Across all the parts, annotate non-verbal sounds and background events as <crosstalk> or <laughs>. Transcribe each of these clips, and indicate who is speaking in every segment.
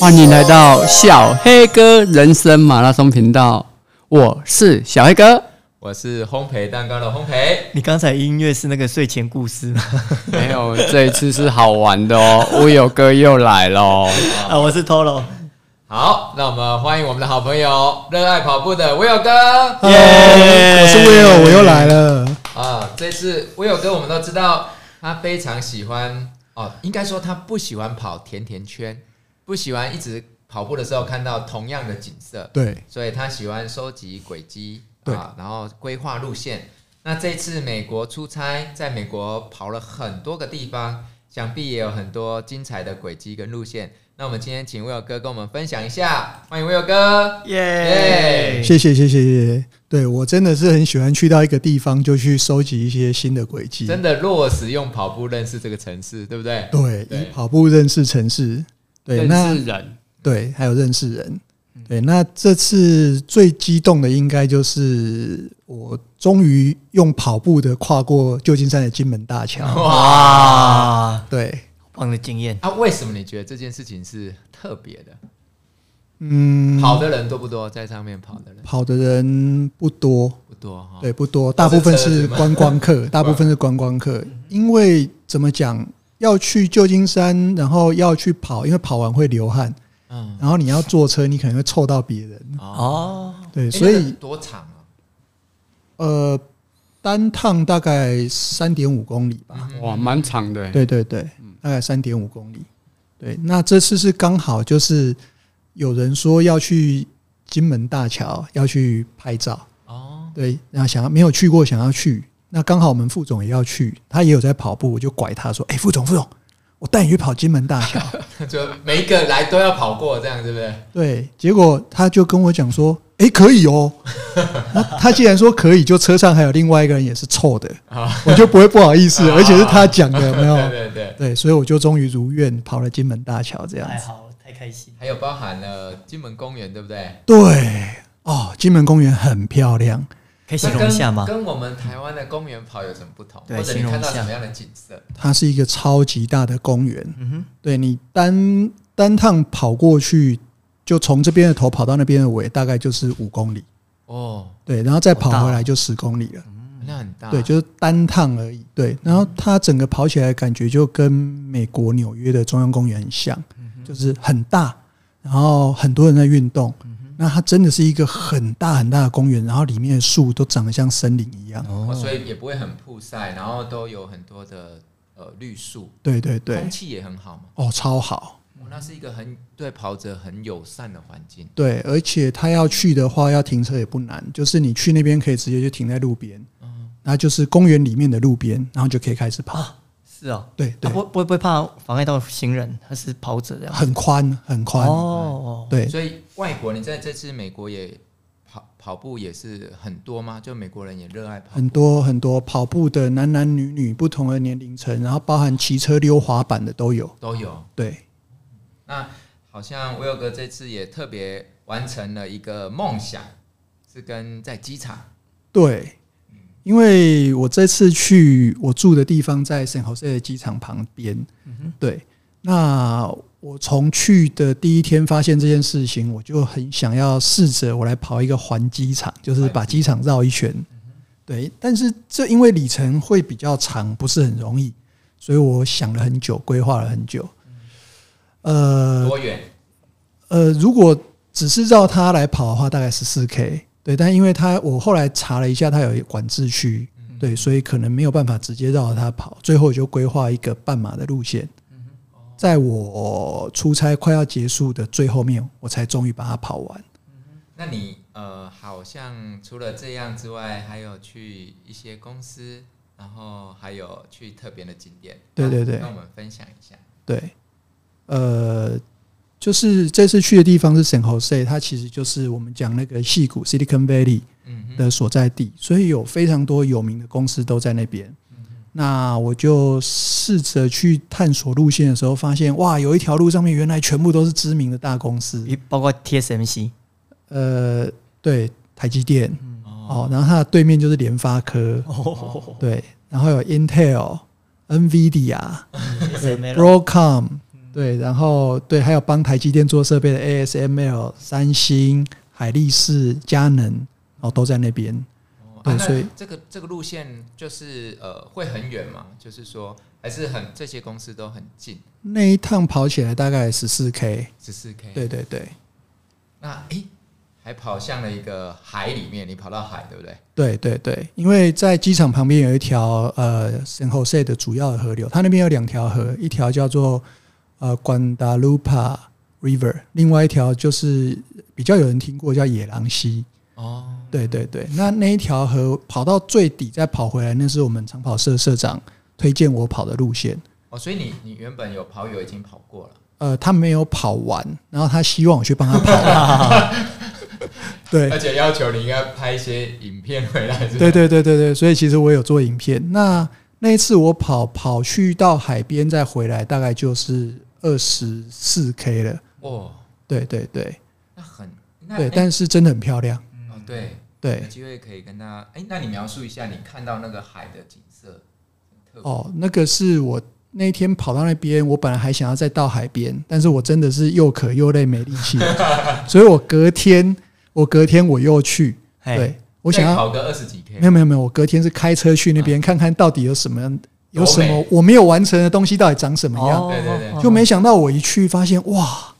Speaker 1: 欢迎来到小黑哥人生马拉松频道，我是小黑
Speaker 2: <laughs>
Speaker 1: 哥。
Speaker 3: 我是烘焙蛋糕的烘焙，
Speaker 4: <laughs> 你刚才音乐是那个睡前故事吗？
Speaker 1: 没有，这一次是好玩的哦，乌有哥又来哦喽。
Speaker 4: 啊，我是 Toro。
Speaker 3: <laughs> 好，那我们欢迎我们的好朋友，热爱跑步的 Will 哥
Speaker 4: 耶
Speaker 2: 哦我是 Will，我又来了。
Speaker 3: 啊。这次 Will 哥我们都知道，他非常喜欢哦，应该说他不喜欢跑甜甜圈，不喜欢一直跑步的时候看到同样的景色，
Speaker 2: 对，
Speaker 3: 所以他喜欢收集轨迹
Speaker 2: 对
Speaker 3: 啊，然后规划路线。那这次美国出差，在美国跑了很多个地方，想必也有很多精彩的轨迹跟路线。那我们今天请 Will 哥跟我们分享一下，欢迎 Will 哥。耶
Speaker 4: 耶！
Speaker 2: 谢谢谢谢谢谢。对我真的是很喜欢去到一个地方就去收集一些新的轨迹。
Speaker 3: 真的落实用跑步认识这个城市，对不对？
Speaker 2: 对，
Speaker 3: 对
Speaker 2: 以跑步认识城市。对，
Speaker 1: 认
Speaker 2: 那
Speaker 1: 识人，
Speaker 2: 对还有认识人。
Speaker 3: 嗯
Speaker 2: 对，那这次最激动的应该就是我终于用跑步的跨过旧金山的金门大
Speaker 3: 哦
Speaker 2: 桥。
Speaker 3: 哇！
Speaker 4: 啊，
Speaker 2: 对，
Speaker 4: 好棒的经验。
Speaker 3: 啊，为什么你觉得这件事情是特别的？
Speaker 2: 嗯，
Speaker 3: 跑的人多不多？在上面跑的人
Speaker 2: 跑的人不多，
Speaker 3: 不多哈。
Speaker 2: 对，不多，大部分
Speaker 3: 哦车
Speaker 2: 是
Speaker 3: 子吗
Speaker 2: 观
Speaker 3: <laughs>
Speaker 2: 光客，大部分是观光客。因为怎么讲，要去旧金山，然后要去跑，因为跑完会流汗，
Speaker 3: 嗯，
Speaker 2: 然后你要坐车，你可能会凑到别人。
Speaker 3: 哦，
Speaker 4: 哦，
Speaker 3: 诶
Speaker 2: 对，所
Speaker 3: 那个
Speaker 2: 以
Speaker 3: 多长啊？
Speaker 2: 呃，单趟大概三点五公里吧。
Speaker 1: 哇，蛮长的。欸
Speaker 3: 嗯
Speaker 2: 对对对，大概三点五公里。对，那这次是刚好就是有人说要去金门大桥，要去拍照。
Speaker 3: 哦，
Speaker 2: 对，然后想要没有去过，想要去。那刚好我们副总也要去，他也有在跑步，我就拐他说：“哎、副总，副总，我带你去跑金门大
Speaker 3: <laughs>
Speaker 2: 桥。
Speaker 3: <laughs> 就每一个来都要跑过，这样对不对？”
Speaker 2: 对，结果他就跟我讲说：“哎、可以哦。 <laughs> 那”他既然说可以，就车上还有另外一个人也是臭的
Speaker 3: 啊，
Speaker 2: 我就不会不好意思，而且是他讲的，有没
Speaker 3: <laughs> 对
Speaker 2: 有？
Speaker 3: 对对，
Speaker 2: 对，所以我就终于如愿跑了金门大桥，这样
Speaker 3: 哎
Speaker 4: 太
Speaker 2: 子。
Speaker 4: 好，太开心。
Speaker 3: 还有包含了金门公园，对不对？
Speaker 2: 对，哦，金门公园很漂亮。
Speaker 4: 可以形容一下吗
Speaker 3: 那？跟跟我们台湾的公园跑有什么不同？
Speaker 4: 对
Speaker 3: 或者你
Speaker 4: 形容
Speaker 3: 看到
Speaker 4: 一下
Speaker 3: 什么样的景色？
Speaker 2: 它是一个超级大的公园，
Speaker 4: 嗯哼
Speaker 2: 对你单单趟跑过去，就从这边的头跑到那边的尾，大概就是五公里，
Speaker 3: 哦，
Speaker 2: 对，然后再跑
Speaker 4: 好大哦
Speaker 2: 回来就十公里了，
Speaker 3: 那很大。
Speaker 2: 对，就是单趟而已，对。然后它整个跑起来的感觉就跟美国纽约的中央公园很像，就是很大，然后很多人在运动。那它真的是一个很大很大的公园，然后里面的树都长得像森林一样，
Speaker 3: 哦所以也不会很曝晒，然后都有很多的呃绿树，
Speaker 2: 对对对
Speaker 3: 空，气也很好嘛。
Speaker 2: 哦，超
Speaker 4: 嗯
Speaker 2: 好。
Speaker 3: 哦那是一个很对跑者很友善的环境。
Speaker 2: 对，而且他要去的话，要停车也不难，就是你去那边可以直接就停在路边，
Speaker 3: 嗯
Speaker 2: 然后就是公园里面的路边，然后就可以开始跑。
Speaker 4: 啊，是哦。
Speaker 2: 对
Speaker 4: 啊
Speaker 2: 对，
Speaker 4: 不不不会怕妨碍到行人，他是跑者这样。
Speaker 2: 很宽很宽，
Speaker 4: 哦，
Speaker 2: 对，
Speaker 3: 所以外国，你在这次美国也跑跑步也是很多吗？就美国人也热爱跑
Speaker 2: 很多很多跑步的男男女女不同的年龄层，然后包含骑车、溜滑板的都有。
Speaker 3: 都有。
Speaker 2: 对，
Speaker 3: 那好像威尔哥这次也特别完成了一个梦想，是跟在机场。
Speaker 2: 对，因为我这次去我住的地方在圣何塞的机场旁边，对，那我从去的第一天发现这件事情，我就很想要试着我来跑一个环机场，嗯就是把机场绕一圈，对，但是这因为里程会比较长，不是很容易，所以我想了很久，规划了很久，呃，
Speaker 3: 多远？
Speaker 2: 呃，如果只是绕它来跑的话，大概十四 K。对，但因为它我后来查了一下，它有管制区，对，所以可能没有办法直接绕着它跑。最后我就规划一个半马的路线，在我出差快要结束的最后面，我才终于把它跑完。
Speaker 3: 那你呃，好像除了这样之外，还有去一些公司，然后还有去特别的景点。
Speaker 2: 对对对
Speaker 3: 跟我们分享一下。
Speaker 2: 对，呃，就是这次去的地方是 San Jose，它其实就是我们讲那个戏谷 Silicon Valley，
Speaker 3: 嗯哼，
Speaker 2: 的所在地，所以有非常多有名的公司都在那边。那我就试着去探索路线的时候，发现哇，有一条路上面原来全部都是知名的大公司，
Speaker 4: 一包括 TSMC
Speaker 2: 呃，对，台积电
Speaker 3: 哦，
Speaker 2: 哦，然后它的对面就是联发科，
Speaker 4: 哦
Speaker 2: 对，然后有 Intel、NVIDIA、
Speaker 4: ，ASML
Speaker 2: Broadcom，对，然后对，还有帮台积电做设备的 ASML、三星、海力士、佳能，哦，都在那边。
Speaker 3: 哦
Speaker 2: 对
Speaker 3: 啊
Speaker 2: 所以
Speaker 3: 那这个这个路线就是呃会很远嘛，就是说还是很这些公司都很近，
Speaker 2: 那一趟跑起来大概十四 K，
Speaker 3: 十四 K。
Speaker 2: 对，对对
Speaker 3: 那诶、还跑向了一个海里面，你跑到海对不对？
Speaker 2: 对对对，因为在机场旁边有一条呃 San Jose 的主要的河流，它那边有两条河，一条叫做呃 Guadalupe River，另外一条就是呃比较有人听过叫野狼溪。
Speaker 3: 哦，
Speaker 2: 对对对，那那一条河跑到最底再跑回来，那是我们长跑社社长推荐我跑的路线。
Speaker 3: 哦，所以你你原本有跑友已经跑过了，
Speaker 2: 呃，他没有跑完，然后他希望我去帮他跑完。对
Speaker 3: 而且要求你应该拍一些影片回来，是吧
Speaker 2: 对对对对对，所以其实我有做影片。那那一次我跑跑去到海边再回来，大概就是二十四 K 了。
Speaker 3: 哦，
Speaker 2: 对对对
Speaker 3: 那很那哎
Speaker 2: 对，
Speaker 3: 诶
Speaker 2: 但是真的很漂亮。
Speaker 3: 哦对，
Speaker 2: 对
Speaker 3: 有，机会可以跟大家哎、那你描述一下你看到那个海的景色，很特别
Speaker 2: 哦，那个是我那天跑到那边，我本来还想要再到海边，但是我真的是又渴又累，没力
Speaker 3: <laughs>
Speaker 2: 气了，所以我隔天，我隔天我又去，
Speaker 4: 哎，
Speaker 2: 对我想
Speaker 3: 再
Speaker 2: 要，
Speaker 3: 跑个二十几 K，
Speaker 2: 没有没有没有，我隔天是开车去那边看看到底有什么，有什
Speaker 3: 多
Speaker 2: 么我没有完成的东西到底长什么样，
Speaker 4: 哦
Speaker 3: 对对对
Speaker 2: 就没想到我一去发现，哇，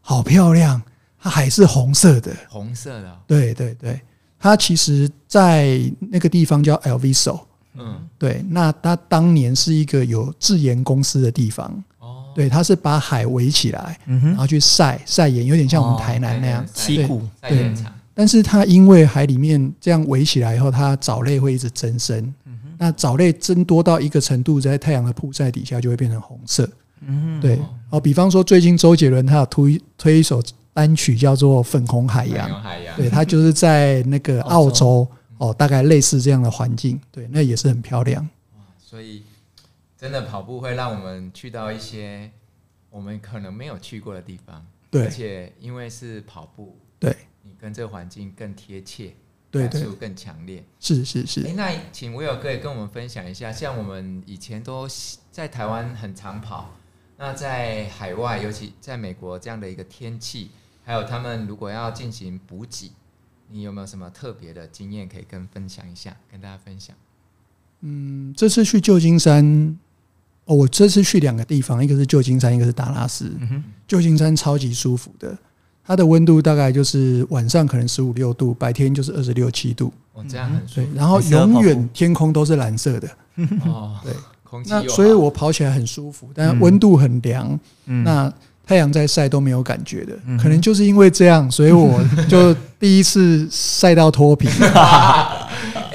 Speaker 2: 好漂亮，它还是红色的，
Speaker 3: 红色的哦、
Speaker 2: 对对对，它其实在那个地方叫 Elviso。
Speaker 3: 嗯
Speaker 2: 对，那它当年是一个有制盐公司的地方，
Speaker 3: 哦，
Speaker 2: 对，它是把海围起来，
Speaker 4: 嗯哼，
Speaker 2: 然后去晒晒盐，有点像我们台南那样。
Speaker 3: 哦
Speaker 4: 七股
Speaker 3: 在现场
Speaker 2: 但是它因为海里面这样围起来以后，它藻类会一直增生。那藻类增多到一个程度，在太阳的曝晒底下就会变成红色。
Speaker 4: 嗯哼，
Speaker 2: 对，哦，比方说最近周杰伦他有推推一首单曲叫做《粉红海洋》
Speaker 3: 海，洋海洋，
Speaker 2: 对，他就是在那个澳洲哦，大概类似这样的环境，对，那也是很漂亮。
Speaker 3: 所以真的跑步会让我们去到一些我们可能没有去过的地方，而
Speaker 2: 对
Speaker 3: 且因为是跑步，
Speaker 2: 对
Speaker 3: 你跟这个环境更贴切，
Speaker 2: 对
Speaker 3: 感
Speaker 2: 对
Speaker 3: 触，更强烈。
Speaker 2: 是是是
Speaker 3: 哎、。那请威尔哥也跟我们分享一下，像我们以前都在台湾很常跑，那在海外，尤其在美国这样的一个天气，还有他们如果要进行补给，你有没有什么特别的经验可以跟分享一下，跟大家分享？
Speaker 2: 嗯，这次去旧金山，哦，我这次去两个地方，一个是旧金山，一个是达拉斯。
Speaker 4: 嗯哼，
Speaker 2: 旧金山超级舒服的，它的温度大概就是晚上可能十五六度，白天就是二十六七度，
Speaker 3: 哦，这样很舒
Speaker 2: 对，然后永远天空都是蓝色的，
Speaker 3: 服哦，
Speaker 2: 嗯对，
Speaker 3: 空气
Speaker 2: 那
Speaker 3: 又
Speaker 2: 所以
Speaker 3: 好
Speaker 2: 我跑起来很舒服，但温度很凉，
Speaker 4: 嗯
Speaker 2: 那太阳在晒都没有感觉的，
Speaker 4: 嗯哼
Speaker 2: 可能就是因为这样，所以我
Speaker 4: <laughs>
Speaker 2: 就第一次晒到脱皮，
Speaker 3: 哎、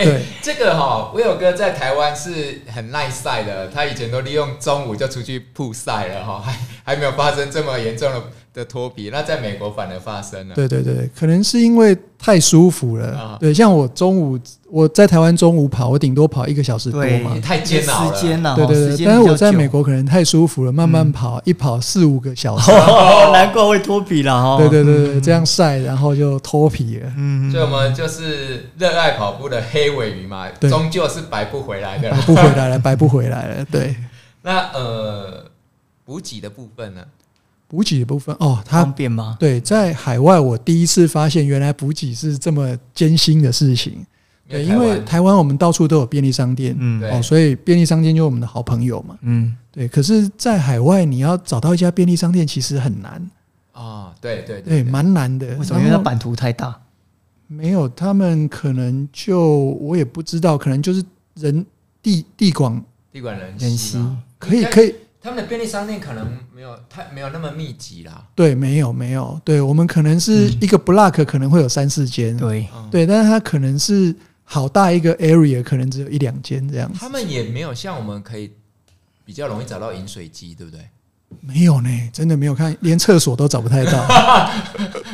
Speaker 2: 对
Speaker 3: 这个哈、威尔哥在台湾是很耐晒的，他以前都利用中午就出去曝晒了哈、还还没有发生这么严重的的脱皮。那在美国反而发生了，
Speaker 2: 对对对，可能是因为太舒服了。
Speaker 3: 啊
Speaker 2: 对，像我中午我在台湾中午跑，我顶多跑一个小时多
Speaker 4: 对
Speaker 2: 嘛
Speaker 3: 也。太煎熬了。
Speaker 4: 时间呐，
Speaker 2: 对
Speaker 4: 哦
Speaker 2: 对
Speaker 4: 时
Speaker 2: 对，
Speaker 4: 间
Speaker 2: 但是
Speaker 4: 比较
Speaker 2: 我在
Speaker 4: 久嗯
Speaker 2: 美国可能太舒服了，慢慢跑，一跑四五个小时。
Speaker 4: 哦，难怪会脱皮了哦。
Speaker 2: 对对对对，这样晒，然后就脱皮了，
Speaker 4: 嗯，
Speaker 3: 所以我们就是热爱跑步的黑尾鱼嘛，
Speaker 2: 对
Speaker 3: 终究是白不回来的
Speaker 2: <laughs> 白。不回来了，白不回来了。对，
Speaker 4: 嗯
Speaker 3: 那呃，补给的部分呢？
Speaker 2: 补给的部分哦，它
Speaker 4: 方便吗？
Speaker 2: 对在海外，我第一次发现原来补给是这么艰辛的事情。对，因
Speaker 3: 台湾
Speaker 2: 为台湾我们到处都有便利商店，
Speaker 4: 嗯，
Speaker 3: 对
Speaker 2: 哦，所以便利商店就是我们的好朋友嘛。
Speaker 4: 嗯，
Speaker 2: 对，可是，在海外你要找到一家便利商店其实很难，
Speaker 3: 哦，对对对，
Speaker 2: 对，蛮难的。
Speaker 4: 为什么？因为
Speaker 2: 然
Speaker 4: 它
Speaker 2: 后
Speaker 4: 版图太大。
Speaker 2: 没有，他们可能就我也不知道，可能就是人地地广，
Speaker 3: 地管人
Speaker 4: 人
Speaker 3: 稀
Speaker 4: 稀
Speaker 3: 嘛，
Speaker 2: 可以
Speaker 3: 应该
Speaker 2: 可以，
Speaker 3: 他们的便利商店可能没有太没有那么密集
Speaker 2: <laughs>
Speaker 3: 啦。
Speaker 2: 对，没有没有，对我们可能是一个 block 可能会有三四间，
Speaker 4: 对，
Speaker 3: 嗯
Speaker 2: 对，但是它可能是好大一个 area，可能只有一两间这样子，
Speaker 3: 他们也没有像我们可以比较容易找到饮水机，对不
Speaker 2: <laughs>
Speaker 3: 对？
Speaker 2: 没有呢，真的没有看，连厕所都找不太到，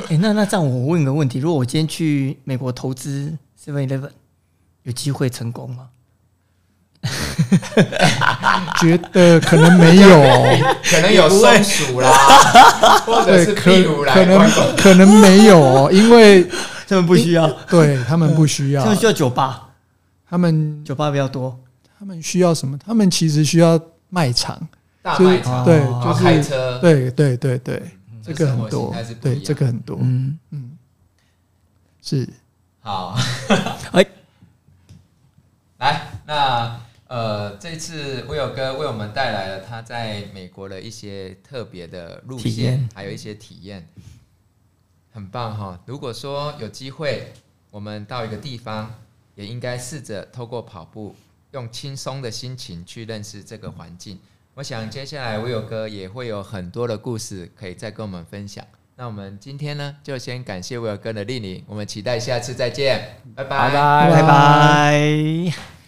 Speaker 4: 哎，那那这样我问个问题：如果我今天去美国投资 Seven Eleven，有机会成功吗？
Speaker 2: 觉得可能没有哦，
Speaker 3: 可能有松鼠啦，
Speaker 2: <laughs>
Speaker 3: 或者
Speaker 2: 对，
Speaker 3: 是
Speaker 2: 可
Speaker 3: 壁炉来
Speaker 2: 可能
Speaker 3: 罐罐
Speaker 2: 可能没有哦，因为
Speaker 4: 他们不需要，
Speaker 2: <laughs> 对他们不需
Speaker 4: 他
Speaker 2: 要
Speaker 4: 们，需要酒吧，
Speaker 2: 他们
Speaker 4: 酒吧比较多。
Speaker 2: 他们需要什么？他们其实需要卖场，
Speaker 3: 大
Speaker 2: 就是
Speaker 3: 卖场，
Speaker 2: 对，
Speaker 4: 哦
Speaker 3: 然后
Speaker 2: 就是
Speaker 3: 开车，
Speaker 2: 对对对对，
Speaker 3: 嗯，
Speaker 2: 这
Speaker 3: 生
Speaker 2: 个很
Speaker 3: 活形
Speaker 2: 多
Speaker 3: 态是，不一
Speaker 2: 对
Speaker 3: 样
Speaker 2: 这个很多，
Speaker 4: 嗯，
Speaker 2: 嗯，是
Speaker 3: 好，
Speaker 4: <laughs> 哎，
Speaker 3: 来，那呃，这次威尔哥为我们带来了他在美国的一些特别的路
Speaker 4: 体
Speaker 3: 线
Speaker 4: 验，
Speaker 3: 还有一些体验，很棒哈、如果说有机会，我们到一个地方，也应该试着透过跑步，用轻松的心情去认识这个环境。我想接下来威尔哥也会有很多的故事可以再跟我们分享。那我们今天呢，就先感谢威尔哥的莅临，我们期待下次再见，拜
Speaker 1: 拜
Speaker 3: 拜。
Speaker 1: 拜。
Speaker 4: 拜拜。